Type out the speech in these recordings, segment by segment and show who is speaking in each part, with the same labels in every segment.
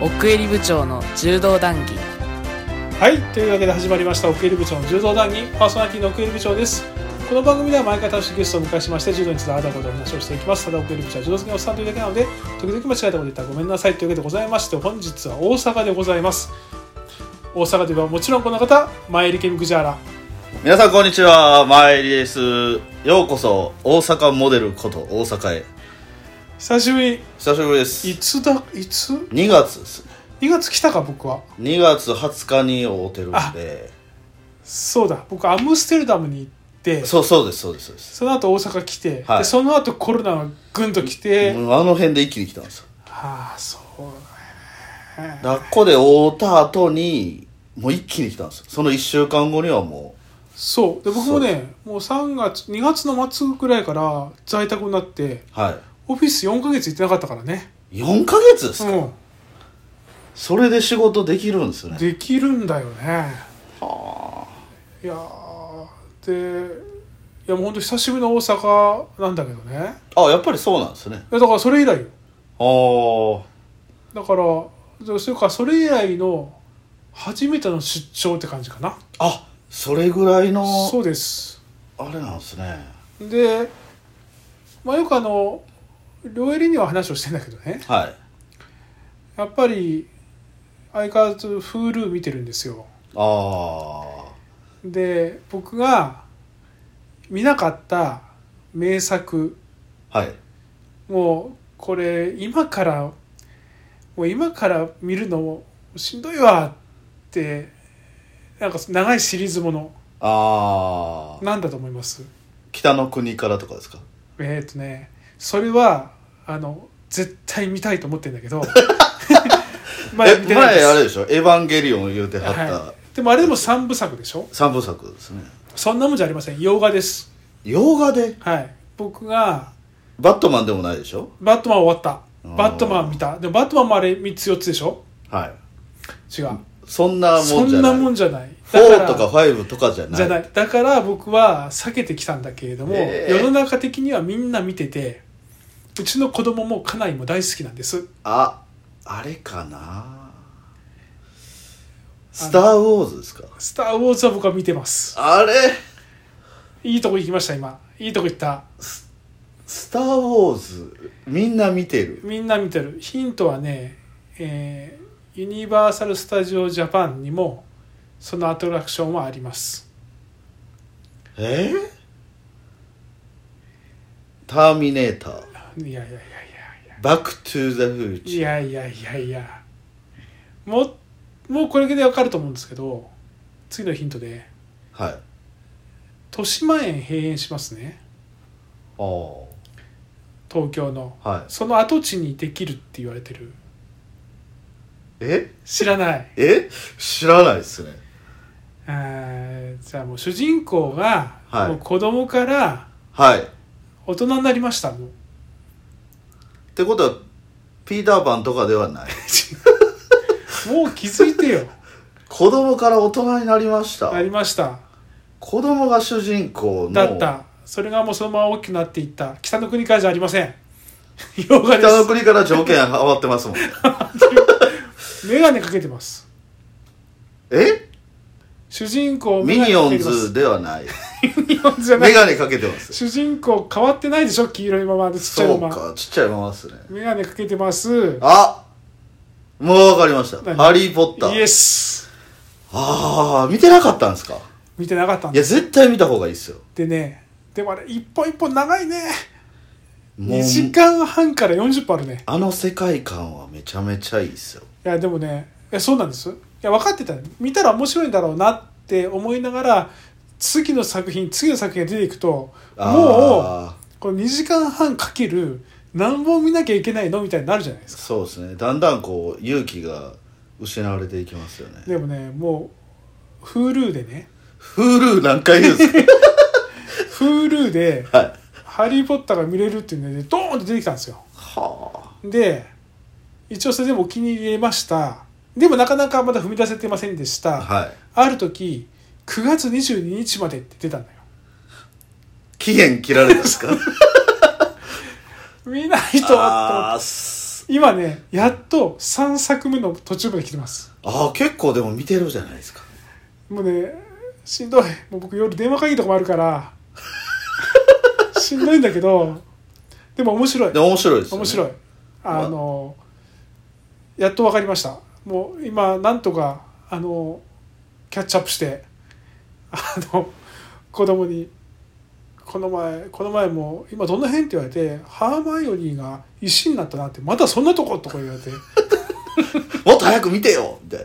Speaker 1: 奥襟部長の柔道談義
Speaker 2: はい、というわけで始まりました奥入部長の柔道談義パーソナリティの奥入部長ですこの番組では毎回楽しいゲストをお迎えしまして柔道についてあだこでお話をしていきますただ奥入部長は柔道好きのおっさんというだけなので時々間違えたこと言ったらごめんなさいというわけでございまして本日は大阪でございます大阪といえばもちろんこの方前入県グジャーラ
Speaker 3: 皆さんこんにちは、まえりです。ようこそ、大阪モデルこと大阪へ。
Speaker 2: 久しぶり
Speaker 3: 久しぶりです。
Speaker 2: いつだいつ
Speaker 3: 2月ですね。
Speaker 2: 2月来たか僕は
Speaker 3: 2月20日に会うてるんで。
Speaker 2: そうだ僕アムステルダムに行ってそ
Speaker 3: そうそうです、そうです、そうです。
Speaker 2: の後大阪来て、
Speaker 3: はい
Speaker 2: でその後コロナがぐんと来て、
Speaker 3: もうあの辺で一気に来たんですよ。
Speaker 2: ああそう
Speaker 3: だからここで会うた後に、もう一気に来たんですよ。その1週間後にはも
Speaker 2: そうで僕もねもう3月2月の末ぐらいから在宅になって
Speaker 3: う、は
Speaker 2: オフィス4ヶ月行ってなかったからね
Speaker 3: い。4ヶ月ですか、
Speaker 2: う
Speaker 3: それで仕事できるんです
Speaker 2: ん
Speaker 3: ね。
Speaker 2: できるんだよねいやーでいやもうほんと久しぶりの大阪なんだけどねいや
Speaker 3: あ、やっぱりそうなんですね。
Speaker 2: だからそれ以来よ
Speaker 3: あー。
Speaker 2: だからでそれからそれ以来の初めての出張って感じかな
Speaker 3: あ、それぐらいの、
Speaker 2: そうです
Speaker 3: あれなんですね。
Speaker 2: でまあよくあの両襟には話をしてんだけどね
Speaker 3: はい。
Speaker 2: やっぱり相変わらず Hulu 見てるんですよ
Speaker 3: あ
Speaker 2: で僕が見なかった名作
Speaker 3: ー。はい。
Speaker 2: もうこれ今からもう今から見るのもしんどいわってなんか長いシリーズもの
Speaker 3: ああ
Speaker 2: なんだと思います
Speaker 3: 北の国からとかですか
Speaker 2: えっ、ー、とねそれはあの絶対見たいと思ってるんだけ どまだ
Speaker 3: え
Speaker 2: 見て
Speaker 3: 前
Speaker 2: ないです
Speaker 3: あれでしょ「エヴァンゲリオン」言うては
Speaker 2: は
Speaker 3: っ
Speaker 2: い、でもあれでも3部作でしょ
Speaker 3: た三部作ですね
Speaker 2: そんなもんじゃありません洋画です
Speaker 3: 洋画で
Speaker 2: はい僕が
Speaker 3: バットマンでもないでしょ
Speaker 2: バットマン終わっ
Speaker 3: あ
Speaker 2: た
Speaker 3: ー
Speaker 2: バットマン見たでもバットマンもあれ3つ4つでしょ
Speaker 3: はい
Speaker 2: 違う
Speaker 3: そんな
Speaker 2: そ
Speaker 3: もんじゃ
Speaker 2: ん
Speaker 3: な
Speaker 2: ないもんじゃない
Speaker 3: 4とか5とかじゃない
Speaker 2: じゃないだから僕は避けてきたんだけれども、
Speaker 3: ええ
Speaker 2: 世の中的にはみんな見ててうちの子供も家内も大好きなんです
Speaker 3: ああれかな「スター・ウォーズ」ですか
Speaker 2: 「スター・ウォーズ」は僕は見てます
Speaker 3: あれ
Speaker 2: いいとこ行きました今いいとこ行った
Speaker 3: 「スター・ウォーズ」みんな見てる
Speaker 2: みんな見てるヒントはね、えーユニバーサル・スタジオ・ジャパンにもそのアトラクションはあります
Speaker 3: えターミネーター」
Speaker 2: いやいやいやいや
Speaker 3: 「バック・トゥ・ザ・フューチ
Speaker 2: いや
Speaker 3: ャー
Speaker 2: いやいやいやもうもうこれでわかると思うんですけど次のヒントで」
Speaker 3: はい
Speaker 2: 豊島園閉園しますね
Speaker 3: ああ
Speaker 2: 東京の
Speaker 3: はい。
Speaker 2: その跡地にできるって言われてる
Speaker 3: え
Speaker 2: 知らない
Speaker 3: え知らないですね。
Speaker 2: あーじゃあもう主人公が、
Speaker 3: はい
Speaker 2: もう子供から
Speaker 3: はい。っ
Speaker 2: 大人になりました もう
Speaker 3: てことは、ピーターパンとかではない。
Speaker 2: もう気づいてよ
Speaker 3: 子供から大人になりました。
Speaker 2: なりました
Speaker 3: 子供が主人公の。
Speaker 2: だったそれがもうそのまま大きくなっていった北の国からじゃありません 洋画で
Speaker 3: 北の国から条件ハマってますもん。
Speaker 2: す眼鏡かけてます
Speaker 3: え
Speaker 2: 主人公
Speaker 3: ミニオンズ
Speaker 2: ズ
Speaker 3: ではない。
Speaker 2: ミニオンズじゃな
Speaker 3: メ
Speaker 2: い
Speaker 3: ガネかけてます。
Speaker 2: 主人公変わってないでしょ黄色いままでちっちゃい
Speaker 3: そう
Speaker 2: まま
Speaker 3: か、ちっちゃいままですね。
Speaker 2: 眼鏡かけてます
Speaker 3: あもうわかりました。
Speaker 2: 何
Speaker 3: ハリー・ポッタ
Speaker 2: イエ
Speaker 3: ー。
Speaker 2: ス
Speaker 3: ああ、見てなかったんですか
Speaker 2: 見てなかったん
Speaker 3: いや、
Speaker 2: で
Speaker 3: 絶対見た方がいいっすよ。
Speaker 2: でねでもあれ一本一本長いね
Speaker 3: もう
Speaker 2: 2、時間半から40分あるね
Speaker 3: あの世界観はめちゃめちゃいいっすよ。
Speaker 2: いやでもねいやそうなんですいや分かってた見たら面白いんだろうなって思いながら次の作品次の作品が出ていくともう
Speaker 3: あー
Speaker 2: この2時間半かける何本見なきゃいけないのみたいになるじゃないですか
Speaker 3: そうですねだんだんこう勇気が失われていきますよね
Speaker 2: でもねもう Hulu でね
Speaker 3: Hulu 何回言うんです
Speaker 2: Hulu で
Speaker 3: かはい
Speaker 2: 「ハリー・ポッター」が見れるっていうのでドーンって出てきたんですよ
Speaker 3: は
Speaker 2: で一応それでもお気に入り入れましたでもなかなかまだ踏み出せてませんでし
Speaker 3: あ
Speaker 2: た、
Speaker 3: はい
Speaker 2: ある時9月22日までって出たんだよ
Speaker 3: 期限切られたんですか
Speaker 2: 見ないとって思って
Speaker 3: あーす
Speaker 2: 今ねやっと3作目の途中まで来てます
Speaker 3: ああ結構でも見てるじゃないですか
Speaker 2: もうねしんどいもう僕夜電話会議とかもあるから しんどいんだけどでも面白い
Speaker 3: で面白いですよ、ね、
Speaker 2: 面白いあの、やっと分かりましたもう今なんとかあのキャッチアップして あの子供にこの前この前も今どの辺って言われてハーマイオニーが石になったなってまたそんなとことか言われて
Speaker 3: もっと早く見てよみたい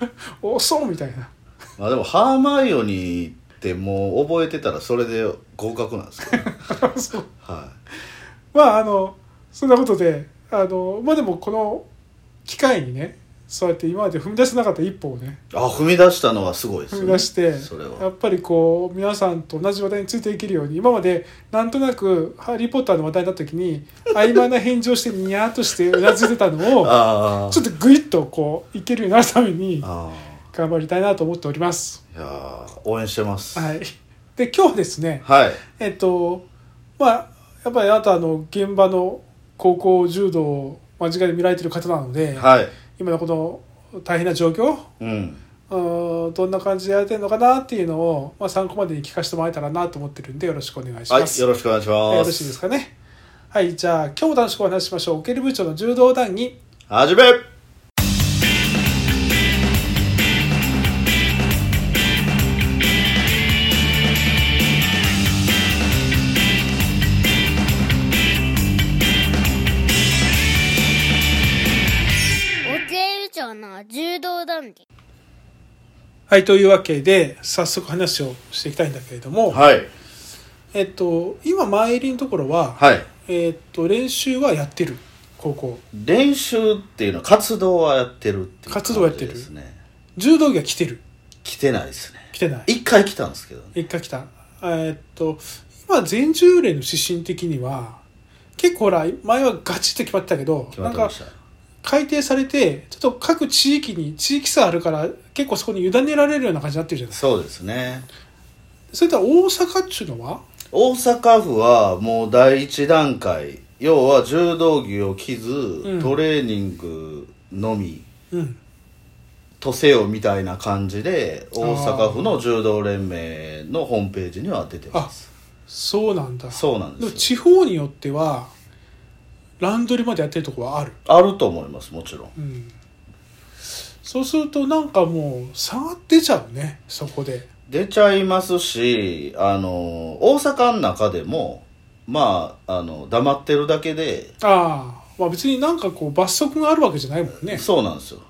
Speaker 3: な
Speaker 2: おそうみたいな
Speaker 3: まあでもハーマイオニーってもう覚えてたらそれで合格なんですけど、ね、
Speaker 2: そう
Speaker 3: は
Speaker 2: まああのそんなことであのまあでもこの機会にねそうやって今まで踏み出せなかった一歩をね
Speaker 3: いあ踏み出したのはすごいです
Speaker 2: 踏
Speaker 3: よ
Speaker 2: み出して
Speaker 3: それ
Speaker 2: や
Speaker 3: は
Speaker 2: っぱりこう皆さんと同じ話題についていけるように今までなんとなく「ハリー・ポッター」の話題になった時に曖昧な返事をしてニヤーっとしてうなずいてたのを
Speaker 3: ああ
Speaker 2: ちょっとグイッとこういけるようになるために
Speaker 3: あ
Speaker 2: 頑張りたいなと思っております。
Speaker 3: あいやー応援してます
Speaker 2: はい、で今日はですね
Speaker 3: はい、
Speaker 2: えっとまあやっぱりあなたあの現場の高校柔道を間近で見られてる方なので、
Speaker 3: はい
Speaker 2: 今のこの大変な状況
Speaker 3: うん
Speaker 2: うーんどんな感じでやれてるのかなっていうのを、まあ、参考までに聞かせてもらえたらなと思ってるんでよろしくお願いし
Speaker 3: はい
Speaker 2: ます。
Speaker 3: よろしくお願いし
Speaker 2: えーよ
Speaker 3: ま
Speaker 2: ろしいですすかね。はい、じゃあ今日も楽しくお話ししましょう。オケル部長の柔道団に
Speaker 3: はじめ
Speaker 4: おける長の柔道談義
Speaker 2: はい、というわけで早速話をしていきたいんだけれども、
Speaker 3: はい
Speaker 2: えっと、今前入りのところは、
Speaker 3: はい
Speaker 2: えっと、練習はやってる高校
Speaker 3: 練習っていうのは活動はやってるっていう
Speaker 2: 活動はやってる
Speaker 3: 感じですね
Speaker 2: 柔道着は来てる
Speaker 3: 来てないですね
Speaker 2: 来てない
Speaker 3: 一回来たんですけどね
Speaker 2: 一回来たえーっと今全柔連の指針的には結構ほら前はガチって決まってたけど
Speaker 3: 決ま
Speaker 2: な
Speaker 3: っ
Speaker 2: ん
Speaker 3: てま
Speaker 2: か
Speaker 3: した
Speaker 2: 改定されてちょっと各地域に地域差あるから結構そこに委ねられるような感じになってるじゃないですか
Speaker 3: そうですね
Speaker 2: それとは大阪っちゅうのは
Speaker 3: 大阪府はもう第一段階要は柔道着を着ず、
Speaker 2: ん
Speaker 3: トレーニングのみ
Speaker 2: うん
Speaker 3: とせよみたいな感じで大阪府の柔道連盟のホームページには出てます
Speaker 2: そうなんだ
Speaker 3: そうなん
Speaker 2: でも
Speaker 3: です
Speaker 2: 地
Speaker 3: よ
Speaker 2: 方によってはランドリーまでやってるとこはある
Speaker 3: あると思いますもちろん
Speaker 2: うんそうするとなんかもう差が出ちゃうねそこで
Speaker 3: 出ちゃいますしあの大阪の中でもまああの黙ってるだけで、
Speaker 2: ああまあ別になんかこう罰則があるわけじゃないもんね
Speaker 3: そうなんですよ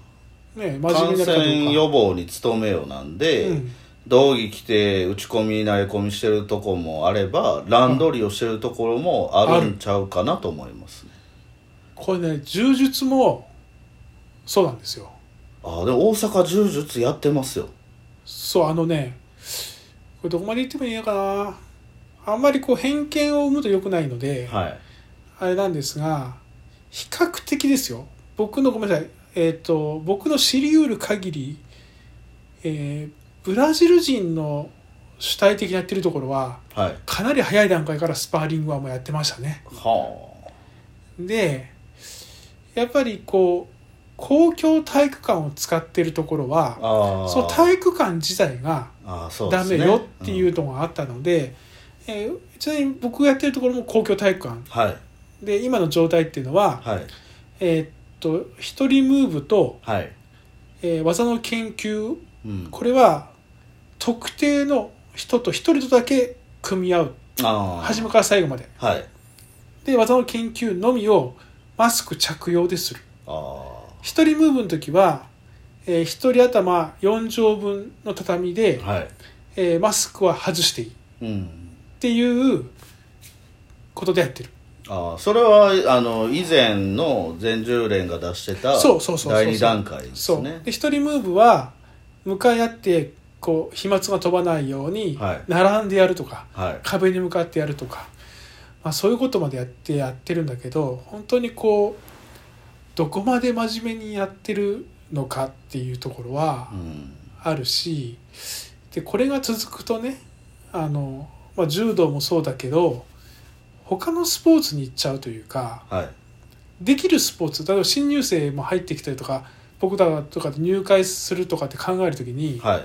Speaker 2: ね真面目
Speaker 3: 感
Speaker 2: にやるかどうか
Speaker 3: 染予防に努めよなんで、
Speaker 2: うん
Speaker 3: 道着着て打ち込み投げ込みしてるとこもあればランドリーをしてるところもあるんちゃうかなと思いますね、
Speaker 2: これね柔術もそうなんですよ
Speaker 3: ああでも大阪柔術やってますよ
Speaker 2: そうあのねこれどこまで言ってもいいのかなあんまりこう偏見を生むと良くないので、
Speaker 3: はい
Speaker 2: あれなんですが比較的ですよ僕のごめんなさいえっ、と僕の知り得る限り、えーブラジル人の主体的にやってるところは
Speaker 3: はい
Speaker 2: かなり早い段階からスパーリングはもうやってましたね
Speaker 3: は
Speaker 2: でやっぱりこう公共体育館を使ってるところ
Speaker 3: あ
Speaker 2: は
Speaker 3: ああ
Speaker 2: その体育館自体が
Speaker 3: ああそうで
Speaker 2: ダ
Speaker 3: す
Speaker 2: メ
Speaker 3: ね
Speaker 2: よってい
Speaker 3: うん
Speaker 2: うのがあったので、えーちなみに僕がやってるところも公共体育館
Speaker 3: はい
Speaker 2: で今の状態っていうのは、
Speaker 3: はい
Speaker 2: えーっと一人ムーブと、
Speaker 3: はい、
Speaker 2: えー技の研究
Speaker 3: うん、
Speaker 2: これは特定の人と一人とだけ組み合う
Speaker 3: ああ
Speaker 2: 初めから最後まで
Speaker 3: はい
Speaker 2: で技の研究のみをマスク着用でする
Speaker 3: ああ
Speaker 2: 一人ムーブの時は、えー、一人頭4畳分の畳で、
Speaker 3: はい
Speaker 2: えーマスクは外していいっ
Speaker 3: うん
Speaker 2: ていうことでやってる
Speaker 3: ああそれはあの以前の全柔連が出してた
Speaker 2: そうそうそうそう
Speaker 3: 第二段階です
Speaker 2: そう
Speaker 3: ね
Speaker 2: で一人ムーブは向かい合ってこう飛沫が飛ばないように
Speaker 3: はい
Speaker 2: 並んでやるとか、
Speaker 3: はい
Speaker 2: 壁に向かってやるとか、まあ、そういうことまでやってやってるんだけど本当にこうどこまで真面目にやってるのかっていうところは
Speaker 3: うん
Speaker 2: あるしでこれが続くとねあの、まあ、柔道もそうだけど他のスポーツに行っちゃうというか
Speaker 3: はい
Speaker 2: できるスポーツ例えば新入生も入ってきたりとか僕らとかで入会するとかって考えるときに、
Speaker 3: は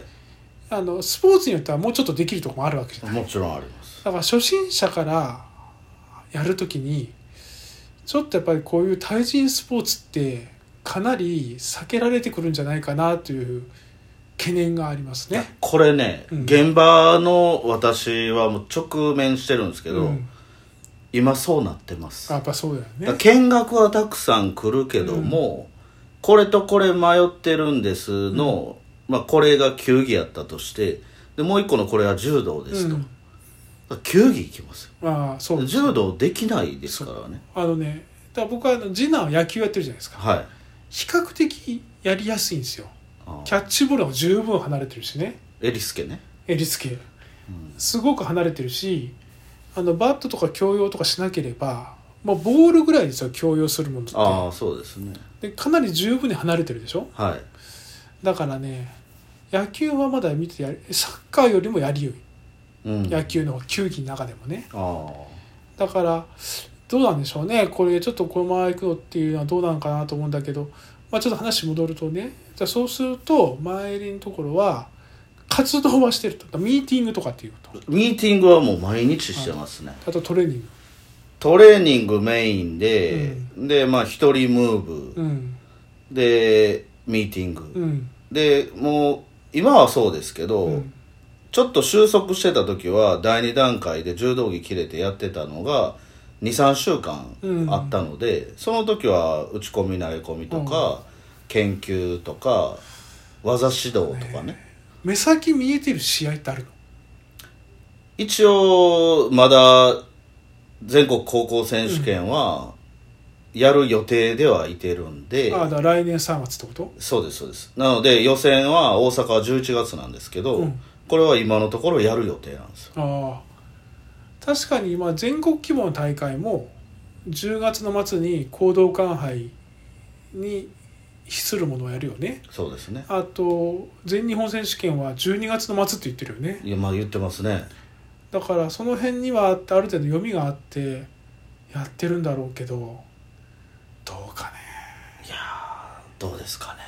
Speaker 2: あのスポーツによってはもうちょっとできるとこもあるわけじゃない
Speaker 3: いもちろんあります
Speaker 2: だから初心者からやるときにちょっとやっぱりこういう対人スポーツってかなり避けられてくるんじゃないかなという懸念がありますね。
Speaker 3: これね、
Speaker 2: うん
Speaker 3: 現場の私はもう直面してるんですけど、
Speaker 2: うん、
Speaker 3: 今そうなってます
Speaker 2: あやっぱそうだよね。
Speaker 3: だから見学はたくさん来るけども、これとこれ迷ってるんですの、まあ、これが球技やったとしてでもう一個のこれは柔道ですと、
Speaker 2: うん
Speaker 3: だから球技行きます
Speaker 2: まあそ
Speaker 3: よ
Speaker 2: う
Speaker 3: 柔道できないですからね
Speaker 2: あのねだから僕はあの次男は野球やってるじゃないですか
Speaker 3: はい
Speaker 2: 比較的やりやすいんですよ
Speaker 3: あ
Speaker 2: キ
Speaker 3: ー
Speaker 2: ャッチボールも十分離れてるしね
Speaker 3: エリスケね
Speaker 2: 襟付けすごく離れてるしあのバットとか強要とかしなければもうボールぐらいですよ強要するもの
Speaker 3: あ
Speaker 2: っ
Speaker 3: あそうですね
Speaker 2: てでかなり十分に離れてるでしょ
Speaker 3: はい
Speaker 2: だからね野球はまだ見てやりサッカーよりもやりよ
Speaker 3: うん、
Speaker 2: い野球の方球技の中でもね
Speaker 3: あ
Speaker 2: だからどうなんでしょうねこれちょっとこのままいくのっていうのはどうなのかなと思うんだけど、まあ、ちょっと話戻るとねじゃあそうすると前襟のところは活動はしてるとミーティングとかっていうこと
Speaker 3: あミーティングはもう毎日してますね、
Speaker 2: あとトレーニン
Speaker 3: トレーニングメインで、でまあ一人ムーブ、
Speaker 2: グうん
Speaker 3: でミーティング、
Speaker 2: うん
Speaker 3: でもう今はそうですけど、
Speaker 2: うん
Speaker 3: ちょっと収束してた時は第2段階で柔道着切れてやってたのが23週間
Speaker 2: うん
Speaker 3: あったので、その時は打ち込み投げ込みとか、研究とか技指導とかね
Speaker 2: 目先見えてる試合ってあるの
Speaker 3: 一応まだ全国高校選手権はやる予定ではいてるんで、
Speaker 2: ああだから来年3月ってこと
Speaker 3: そうですそうですなので予選は大阪は11月なんですけど、
Speaker 2: うん
Speaker 3: これは今のところやる予定なんですよ
Speaker 2: ああ確かに今全国規模の大会も10月の末に行動館杯に比するものをやるよね
Speaker 3: そうですね
Speaker 2: あと全日本選手権は12月の末って言ってるよね
Speaker 3: いやまあ言ってますね
Speaker 2: だからその辺にはあってある程度読みがあってやってるんだろうけどどうかね
Speaker 3: どうですかね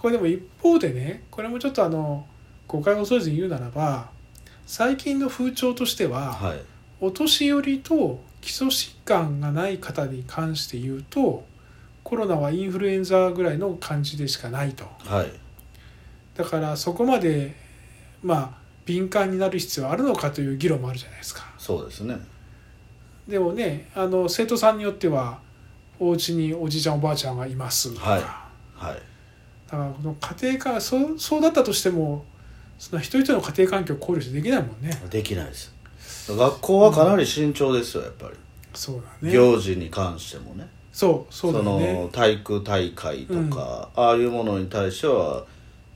Speaker 2: これでも一方でねこれもちょっとあの誤解を恐れずに言うならば最近の風潮としては、
Speaker 3: はい
Speaker 2: お年寄りと基礎疾患がない方に関して言うとコロナはインフルエンザぐらいの感じでしかないと
Speaker 3: はい
Speaker 2: だからそこまでまあ敏感になる必要はあるのかという議論もあるじゃないですか
Speaker 3: そうですね
Speaker 2: でもねあの生徒さんによってはお家におじいちゃんおばあちゃんがいますとか、
Speaker 3: はいはい
Speaker 2: だからこの家庭からそうそうだったとしてもその一人一人の家庭環境を考慮してできないもんね
Speaker 3: できないです学校はかなり慎重ですよやっぱり、
Speaker 2: そうだね
Speaker 3: 行事に関してもね
Speaker 2: そうそうだ
Speaker 3: その
Speaker 2: ね
Speaker 3: 体育大会とか、ああいうものに対しては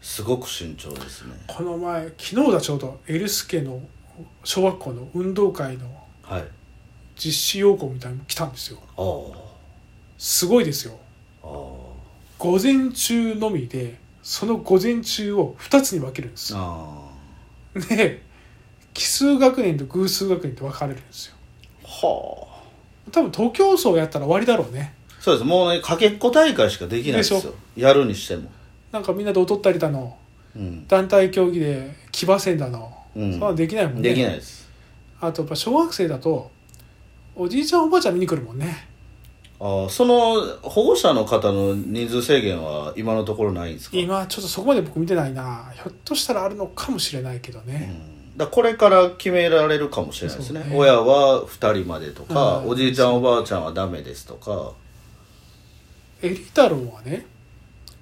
Speaker 3: すごく慎重ですね
Speaker 2: この前昨日だちょうどエルスケの小学校の運動会の
Speaker 3: はいあ
Speaker 2: 実施要項みたいなの来たんですよ
Speaker 3: あ
Speaker 2: すごいですよ
Speaker 3: ああ
Speaker 2: 午前中のみでその午前中を2つに分けるんです
Speaker 3: あ
Speaker 2: で奇数学年と偶数学年って分かれるんですよ
Speaker 3: あはあ
Speaker 2: 多分徒競走やったら終わりだろうね
Speaker 3: そうですもうねかけっこ大会しかできないですよ
Speaker 2: でし
Speaker 3: やるにしても
Speaker 2: なんかみんなで踊ったりだの
Speaker 3: うん、
Speaker 2: 団体競技で騎馬戦だの、
Speaker 3: うん
Speaker 2: そんなのできないもんね
Speaker 3: できないです
Speaker 2: あとやっぱ小学生だとおじいちゃんおばあちゃん見に来るもんね
Speaker 3: ああその保護者の方の人数制限は今のところないんですか
Speaker 2: 今ちょっとそこまで僕見てないなひょっとしたらあるのかもしれないけど
Speaker 3: う
Speaker 2: ね、
Speaker 3: んだからこれから決められるかもしれないですね
Speaker 2: そうね
Speaker 3: 親は2人までとか、
Speaker 2: うん
Speaker 3: おじいちゃんおばあちゃんはダメですとか
Speaker 2: エリ太郎はね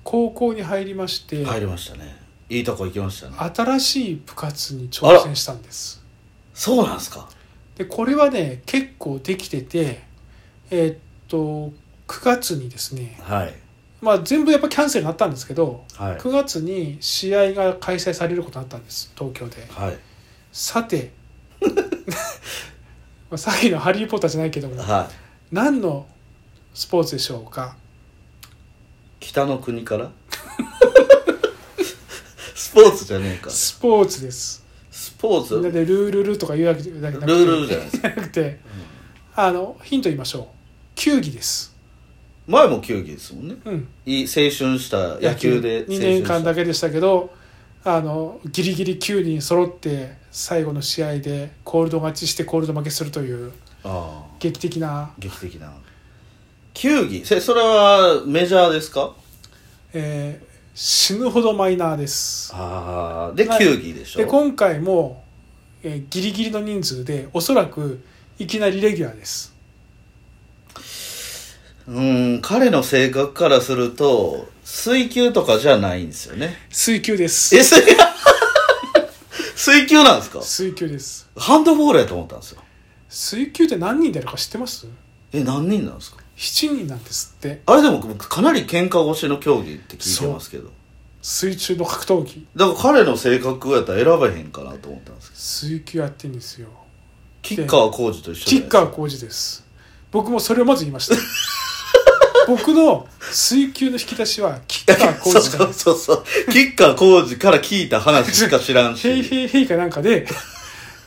Speaker 2: 高校に入りまして、
Speaker 3: 入りましたねいいとこ行きましたね
Speaker 2: 新しい部活に挑戦したんです
Speaker 3: そうなんですか
Speaker 2: でこれはね結構できててえーっと9月にですね
Speaker 3: はい
Speaker 2: まあ全部やっぱキャンセルになったんですけど、
Speaker 3: はい
Speaker 2: 9月に試合が開催されることになったんです東京で
Speaker 3: はい
Speaker 2: さて まあさっきの「ハリー・ポッター」じゃないけども
Speaker 3: はい
Speaker 2: 何のスポーツでしょうか
Speaker 3: 北の国から スポーツじゃねえか
Speaker 2: スポーツです
Speaker 3: スポーツ
Speaker 2: みんな
Speaker 3: ル
Speaker 2: でルールルとか言うわけじゃなくて
Speaker 3: ールじゃないですか
Speaker 2: じゃなくてあのヒント言いましょう球技です
Speaker 3: 前も球技ですもんね
Speaker 2: うん、
Speaker 3: い青春した野球で
Speaker 2: 2年間だ
Speaker 3: け
Speaker 2: けでしたけどあのギリギリ9人揃って最後の試合でコールド勝ちしてコールド負けするという
Speaker 3: ああ
Speaker 2: 劇的な、
Speaker 3: 劇的な球技せそれはメジャーですか
Speaker 2: えー死ぬほどマイナーです
Speaker 3: ああで
Speaker 2: はい
Speaker 3: 球技でしょ
Speaker 2: で今回も、えーギリギリの人数でおそらくいきなりレギュラーです
Speaker 3: うん彼の性格からすると水球とかじゃないんですよね
Speaker 2: 水球です
Speaker 3: え水 水球なんですか
Speaker 2: 水球です
Speaker 3: ハンドボールやと思ったんですよ
Speaker 2: 水球って何人でやるか知ってます
Speaker 3: え何人なんですか
Speaker 2: ?7 人なんですって
Speaker 3: あれでも僕かなり喧嘩腰の競技って聞いてますけど
Speaker 2: 水中の格闘技
Speaker 3: だから彼の性格やったら選べへんかなと思ったんですけど
Speaker 2: 水球やってんですよ
Speaker 3: キッカー浩二と一緒
Speaker 2: キ
Speaker 3: じゃ
Speaker 2: ッ
Speaker 3: ない
Speaker 2: カー浩二です僕もそれをまず言いました 僕の水球の引き出しはキッカー浩
Speaker 3: そう
Speaker 2: 二か
Speaker 3: そ
Speaker 2: ら
Speaker 3: うそうそうキッカー浩二から聞いた話しか知らん
Speaker 2: ヘ イ
Speaker 3: し、
Speaker 2: ヘイヘイかなんかで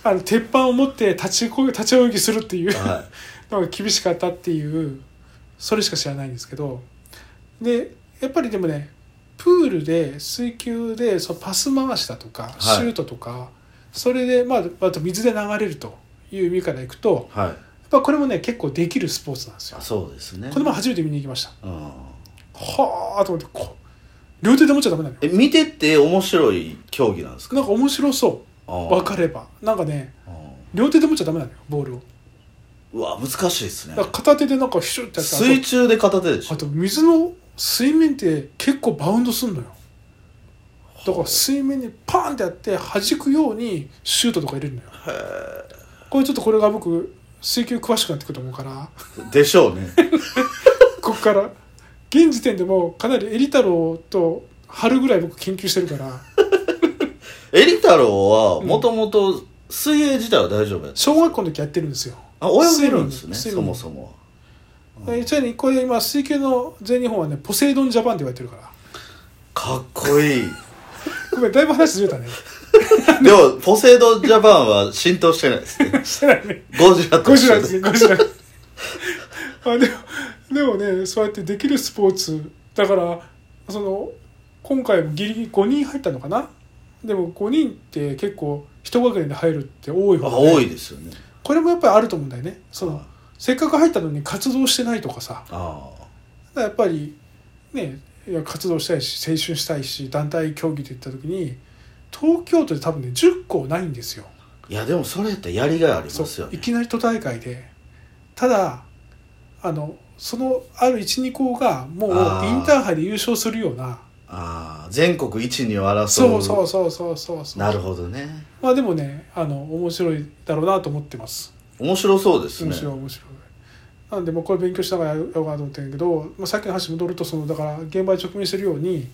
Speaker 2: あの鉄板を持って立ちこ立ち泳ぎするっていう
Speaker 3: は
Speaker 2: のが厳しかったっていうそれしか知らないんですけどでやっぱりでもねプールで水球でそのパス回しだとかシュートとか、それで、まあ、あと水で流れるという意味からいくと
Speaker 3: い、はい、
Speaker 2: やっぱこれもね結構できるスポーツなんですよ
Speaker 3: あ。そうですね
Speaker 2: この前初めて見に行きました。
Speaker 3: うん、
Speaker 2: はあと思ってこう両手で持っちゃダメなのよ
Speaker 3: え見てて面白い競技なんですか
Speaker 2: なんか面白そう
Speaker 3: 分
Speaker 2: 分かればなんかね
Speaker 3: う
Speaker 2: 両手で持っちゃダメなのよボールを
Speaker 3: わ難しいですね
Speaker 2: だから片手でなんかヒュッてやったら
Speaker 3: 水中で片手でし
Speaker 2: あ
Speaker 3: ょ
Speaker 2: と水の水面って結構バウンドすんのよだから水面にパーンってやって弾くようにシュートとか入れるのよこれちょっとこれが僕水球詳しくなってくると思うから
Speaker 3: でしょうね
Speaker 2: ここから現時点でもかなりエリ太郎と春ぐらい僕研究してるから
Speaker 3: エリ太郎はもともと水泳自体は大丈夫やった、
Speaker 2: 小学校の時やってるんですよ
Speaker 3: あ泳げるんですね
Speaker 2: 水
Speaker 3: そ
Speaker 2: 分
Speaker 3: も
Speaker 2: 水
Speaker 3: そもは
Speaker 2: 分一応ねこれ今水球の全日本はねポセイドンジャパンって言われてるから
Speaker 3: かっこいい
Speaker 2: ごめんだいぶ話ずれた ね
Speaker 3: でもポセイドンジャパンは浸透してないですね
Speaker 2: してないね
Speaker 3: ゴジラと
Speaker 2: ゴ
Speaker 3: 一
Speaker 2: ジ
Speaker 3: 緒
Speaker 2: ラ
Speaker 3: で
Speaker 2: ですねゴジラ あでもでもねそうやってできるスポーツだからその今回もギリギリ5人入ったのかなでも5人って結構一学年で入るって多い
Speaker 3: あ
Speaker 2: 方ね
Speaker 3: 多いですよね
Speaker 2: これもやっぱりあると思うんだよねその
Speaker 3: あ
Speaker 2: せっかく入ったのに活動してないとかさ
Speaker 3: あ
Speaker 2: だからやっぱりねいや活動したいし青春したいし団体競技といった時に東京都で多分ね10校ないんですよ
Speaker 3: いやでもそれやったらやりがいあり
Speaker 2: そ
Speaker 3: ますよ
Speaker 2: う
Speaker 3: ね
Speaker 2: いきなり都大会でただあのそのある12校がもうイン
Speaker 3: あー
Speaker 2: ターハイで優勝するような
Speaker 3: ああ全国一に争う
Speaker 2: そうそうそうそうそうそう
Speaker 3: なるほどね
Speaker 2: まあでもねあの面白いだろうなと思ってます
Speaker 3: 面白そうです
Speaker 2: 面
Speaker 3: ね
Speaker 2: 白い面白いなんでもうこれ勉強しながらやろうかなと思ってるけど、まあ、さっきの話戻るとそのだから現場に直面してるように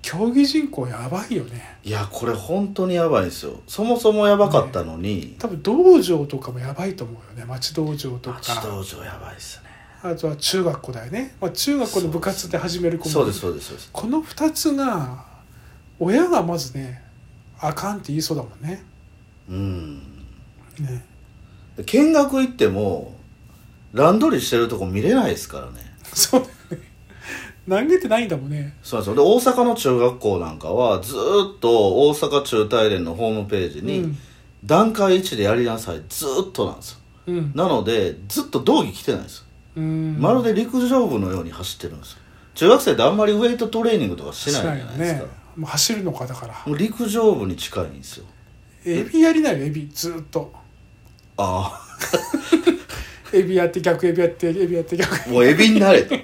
Speaker 2: 競技人口やばいよね
Speaker 3: いやこれ本当にやばいですよそもそもやばかったのに、
Speaker 2: 多分道場とかもやばいと思うよね町道場とか
Speaker 3: 町道場やばいですね
Speaker 2: あとは中学校だよね、まあ、中学校の部活で始める子も
Speaker 3: そうですそうですそうです
Speaker 2: この2つが親がまずねあかんって言いそうだもんね
Speaker 3: うん
Speaker 2: ね
Speaker 3: で見学行っても乱取りしてるとこ見れないですからね
Speaker 2: そうだよね投げてないんだもんね
Speaker 3: そうなんですよで大阪の中学校なんかはずーっと大阪中大連のホームページに、
Speaker 2: うん
Speaker 3: 段階1でやりなさいずーっとなんですよ
Speaker 2: うん
Speaker 3: なのでずっと道着着てないんですよ
Speaker 2: うん
Speaker 3: まるで陸上部のように走ってるんですよ中学生ってあんまりウェイトトレーニングとかし
Speaker 2: し
Speaker 3: な
Speaker 2: ないい
Speaker 3: じ
Speaker 2: よ
Speaker 3: ゃないです
Speaker 2: ね
Speaker 3: か、
Speaker 2: もう走るのかだから
Speaker 3: もう陸上部に近いんですよ
Speaker 2: エビやりなよエビずーっと
Speaker 3: あ
Speaker 2: エビやって逆エビやってエビやって逆
Speaker 3: あもうエビになれ と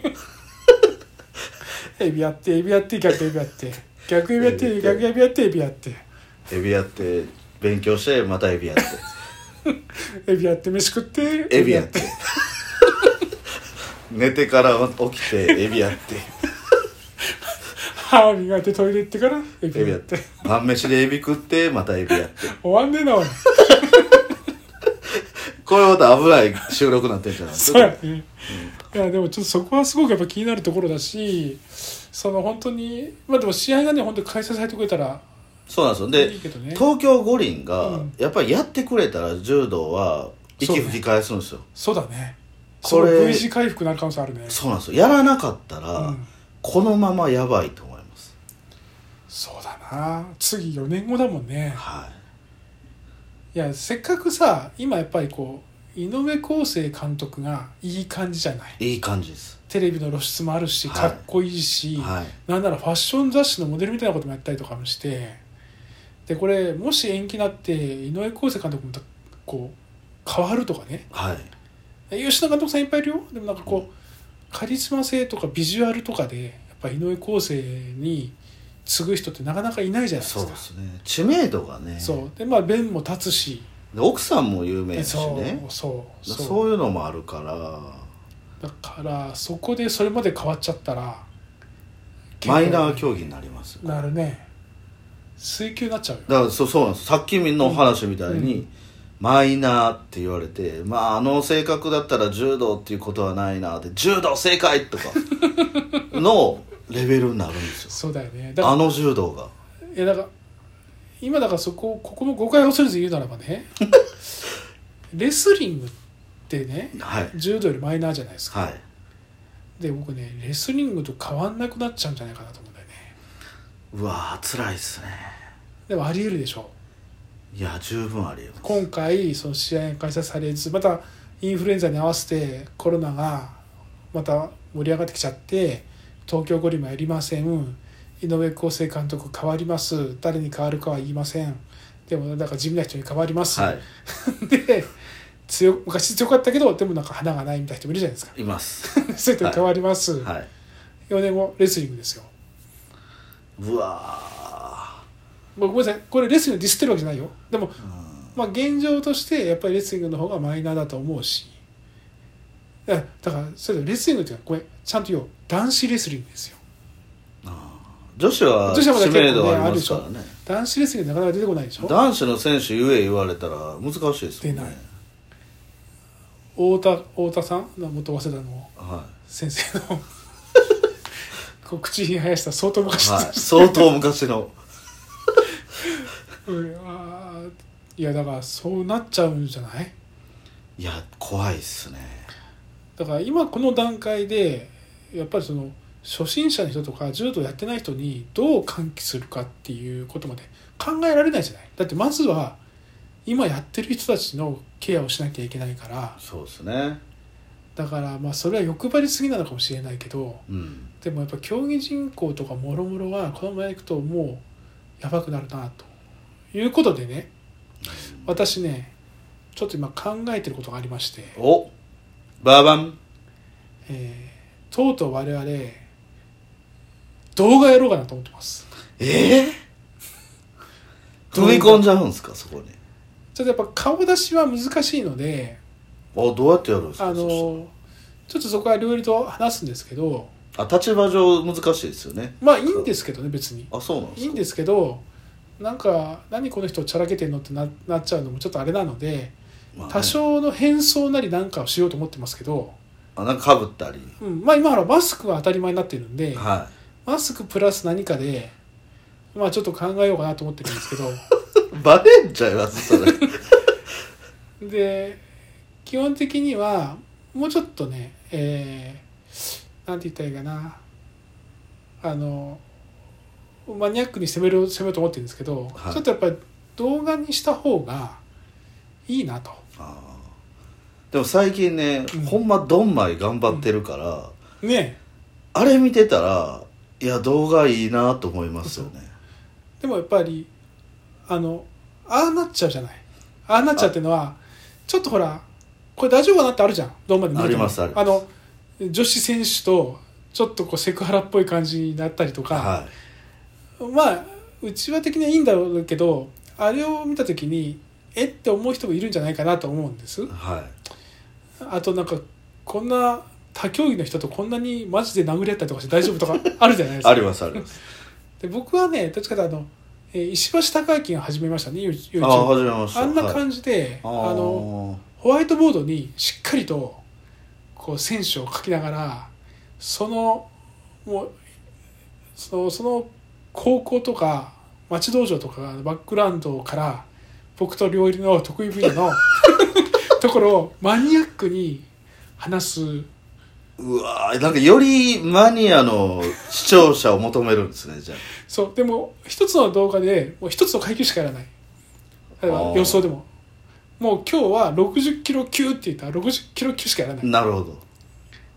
Speaker 2: エビやってエビやって逆エビやって逆エビやって逆エビやってエビやって
Speaker 3: エビやって勉強してまたエ ビやって
Speaker 2: エビやって飯食って
Speaker 3: エビ やって寝てから起きてエビやって
Speaker 2: 歯磨いてトイレ行ってから エビ
Speaker 3: エビ
Speaker 2: や
Speaker 3: や
Speaker 2: っ
Speaker 3: ってて晩飯でエビ食ってまたエビやって
Speaker 2: 終わんねえな おい
Speaker 3: これまた危ない収録になってんじゃないです
Speaker 2: そう
Speaker 3: か
Speaker 2: やね、いやでもちょっとそこはすごくやっぱ気になるところだしその本当にまあでも試合がね本当に開催されてくれたら
Speaker 3: そうなんですよで
Speaker 2: いいけどね
Speaker 3: 東京五輪が
Speaker 2: うん
Speaker 3: やっぱりやってくれたら柔道は息吹き返すんですよ
Speaker 2: そうだねそ
Speaker 3: こ
Speaker 2: の
Speaker 3: れ
Speaker 2: V 字回復になる可能性あるね
Speaker 3: そうなんですよやらなかったら、
Speaker 2: うん
Speaker 3: このままやばいと思います
Speaker 2: そうだな次4年後だもんね
Speaker 3: はい
Speaker 2: やせっかくさ今やっぱりこう井上康生監督がいい感じじゃない
Speaker 3: いいい感じです
Speaker 2: テレビの露出もあるし
Speaker 3: はい
Speaker 2: かっこいいし、
Speaker 3: はい
Speaker 2: なんならファッション雑誌のモデルみたいなこともやったりとかもしてでこれもし延期になって井上康生監督もたこう変わるとかね
Speaker 3: はい
Speaker 2: 吉田監督さんいっぱいいるよでもなんかこう、カリスマ性とかビジュアルとかでやっぱ井上康生に次ぐ人ってなかなかいないじゃないですか
Speaker 3: そうですね知名度がね
Speaker 2: そうでまあ弁も立つし、
Speaker 3: で奥さんも有名だし
Speaker 2: そう
Speaker 3: ね
Speaker 2: そう
Speaker 3: そう
Speaker 2: そう
Speaker 3: いうのもあるから
Speaker 2: だからそこでそれまで変わっちゃったら
Speaker 3: マイナー競技になります
Speaker 2: なるね水球になっちゃうよ
Speaker 3: だからそうそうなんですさっきの話みたいに、
Speaker 2: うんう
Speaker 3: マイナーって言われてまああの性格だったら柔道っていうことはないなって柔道正 解とかのレベルになるんですよ
Speaker 2: そうだよねだから
Speaker 3: あの柔道が
Speaker 2: いやだから今だからそこここも誤解を恐れず言うならばねレスリングってね
Speaker 3: はい
Speaker 2: 柔道よりマイナーじゃないですか、
Speaker 3: はい
Speaker 2: で僕ねレスリングと変わんなくなっちゃうんじゃないかなと思うんだよね
Speaker 3: うわー辛いっすね
Speaker 2: でもありえるでしょう
Speaker 3: いや十分ありえます
Speaker 2: 今回その試合が開催されずまたインフルエンザに合わせてコロナがまた盛り上がってきちゃって東京五輪もやりません井上康生監督変わります誰に変わるかは言いませんでもなんか地味な人に変わります、
Speaker 3: はい
Speaker 2: で強昔強かったけどでもなんか花がないみたいな人もいるじゃないですか
Speaker 3: います
Speaker 2: そういう人に変わります、
Speaker 3: はい
Speaker 2: 4年後レスリングですよ
Speaker 3: うわ
Speaker 2: もうごめんなさいこれレスリングディスってるわけじゃないよでも、
Speaker 3: ー
Speaker 2: まあ、現状としてやっぱりレスリングの方がマイナーだと思うしだからだからそれでレスリングっていうのはこれちゃんと言おう男子レスリングですよ
Speaker 3: 女子は
Speaker 2: 女子はまだ結
Speaker 3: 知
Speaker 2: 構ね
Speaker 3: 名度あり
Speaker 2: ある
Speaker 3: ま
Speaker 2: ですしょ
Speaker 3: からね
Speaker 2: 男子レスリングなかなか出てこないでしょ
Speaker 3: 男子の選手ゆえ言われたら難しいですもん
Speaker 2: 出
Speaker 3: ね
Speaker 2: ない太田太田さん元早稲田の
Speaker 3: は
Speaker 2: 先生の こう口ひげ生やした相当
Speaker 3: い、
Speaker 2: 昔
Speaker 3: はい、 相当昔の
Speaker 2: うんあーいやだからそうなっちゃうんじゃない
Speaker 3: いや怖いっすね
Speaker 2: だから今この段階でやっぱりその初心者の人とか柔道やってない人にどう喚起するかっていうことまで考えられないじゃないだってまずは今やってる人たちのケアをしなきゃいけないから
Speaker 3: そうですね
Speaker 2: だからまあそれは欲張りすぎなのかもしれないけど
Speaker 3: うん
Speaker 2: でもやっぱ競技人口とかもろもろはこのままいくともうやばくなるなということでね私ねちょっと今考えてることがありまして、
Speaker 3: おババン
Speaker 2: えーとうとう我々動画やろうかなと思ってます
Speaker 3: え え踏み込んじゃうんすかそこに
Speaker 2: ちょっとやっぱ顔出しは難しいので
Speaker 3: あどうやってやるんです
Speaker 2: あ
Speaker 3: か
Speaker 2: の
Speaker 3: そし
Speaker 2: ーちょっとそこはいろいろと話すんですけど
Speaker 3: たらあ立場上難しいですよね
Speaker 2: まあいいんですけどね別に
Speaker 3: あそうなんです
Speaker 2: い
Speaker 3: か
Speaker 2: いんですけどなんか何この人ちゃらけてんのってななっちゃうのもちょっとあれなので
Speaker 3: まあね
Speaker 2: 多少の変装なりなんかをしようと思ってますけど、
Speaker 3: あなんかかぶったり
Speaker 2: うん、まあ今ほらマスクが当たり前になってるんで、
Speaker 3: は
Speaker 2: マスクプラス何かでまあちょっと考えようかなと思ってるんですけど
Speaker 3: い バレんちゃいますそれ
Speaker 2: で基本的にはもうちょっとねえーなんて言ったらいいかなあのマニアックに攻める攻めようと思ってるんですけど、
Speaker 3: はい
Speaker 2: ちょっとやっぱり動画にした方がいいなと
Speaker 3: あーでも最近ね、
Speaker 2: うん
Speaker 3: ほんまドンマイ頑張ってるから、
Speaker 2: ね
Speaker 3: あれ見てたらいや動画いいなと思いますよね
Speaker 2: でもやっぱりあのああなっちゃうじゃないああなっちゃうっていうのはちょっとほらこれ大丈夫かなってあるじゃんどうまで見てても
Speaker 3: ありますあります
Speaker 2: あの女子選手とちょっとこうセクハラっぽい感じになったりとか、
Speaker 3: はい
Speaker 2: まあうちわ的にはいいんだろうけどあれを見た時にえって思う人もいるんじゃないかなと思うんです
Speaker 3: は
Speaker 2: あとなんかこんな他競技の人とこんなにマジで殴り合ったりとかして大丈夫とかあるじゃないです
Speaker 3: い
Speaker 2: か
Speaker 3: ありますあります
Speaker 2: で僕はねどっちかというとあの、えー石橋貴明が始めましたね You-
Speaker 3: あ
Speaker 2: YouTube
Speaker 3: あ始めました
Speaker 2: あんな
Speaker 3: はい
Speaker 2: 感じで、
Speaker 3: あ
Speaker 2: あの
Speaker 3: の
Speaker 2: ホワイトボードにしっかりとこう選手を書きながらそのもうそのその高校とか町道場とかのバックグラウンドから 僕と両入りの得意分野のところをマニアックに話す
Speaker 3: うわーなんかよりマニアの視聴者を求めるんですねじゃあ
Speaker 2: そうでも一つの動画でもう一つの階級しかやらない例え
Speaker 3: あ
Speaker 2: ば
Speaker 3: ー
Speaker 2: 予想でももう今日は60キロ級って言ったら60キロ級しかやらない
Speaker 3: なるほど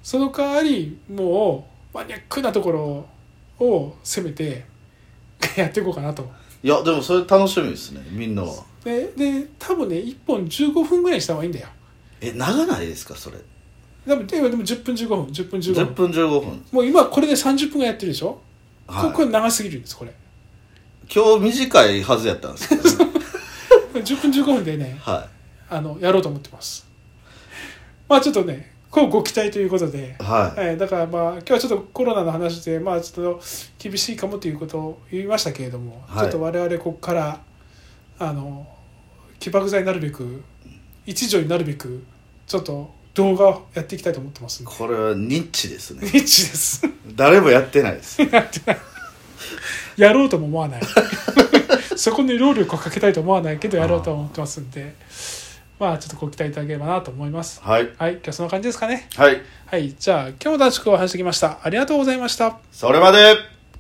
Speaker 2: その代わりもうマニアックなところを攻めて やっていこうかなと
Speaker 3: いやでもそれ楽しみですねみんなは
Speaker 2: でで多分ね1本15分ぐらいにした方がいいんだよ
Speaker 3: え長ないですかそれ
Speaker 2: 多分でもでも10分15分10分15分
Speaker 3: 10分15分
Speaker 2: もう今これで30分ぐらいやってるでしょ、
Speaker 3: はい
Speaker 2: ここれ長すぎるんですこれ
Speaker 3: 今日短いはずやったんですけど、 ね、
Speaker 2: 10分15分でね
Speaker 3: は
Speaker 2: あのやろうと思ってますまあちょっとねこうご期待ということで
Speaker 3: い、はい
Speaker 2: えーだからまあ今日はちょっとコロナの話でまあちょっと厳しいかもということを言いましたけれども、
Speaker 3: は
Speaker 2: ち
Speaker 3: い
Speaker 2: ょっと我々ここからあの起爆剤になるべく一助になるべくちょっと動画をやっていきたいと思ってますんで
Speaker 3: これはニッチですね
Speaker 2: ニッチ です
Speaker 3: 誰もやってないです
Speaker 2: やろうとも思わない そこに労力をかけたいと思わないけどやろうとは思ってますんでまあちょっとご期待いただければなと思います
Speaker 3: はい
Speaker 2: はい今日はそんな感じですかね
Speaker 3: はい
Speaker 2: はいじゃあ今日も楽しくお話しできましたありがとうございました
Speaker 3: それまで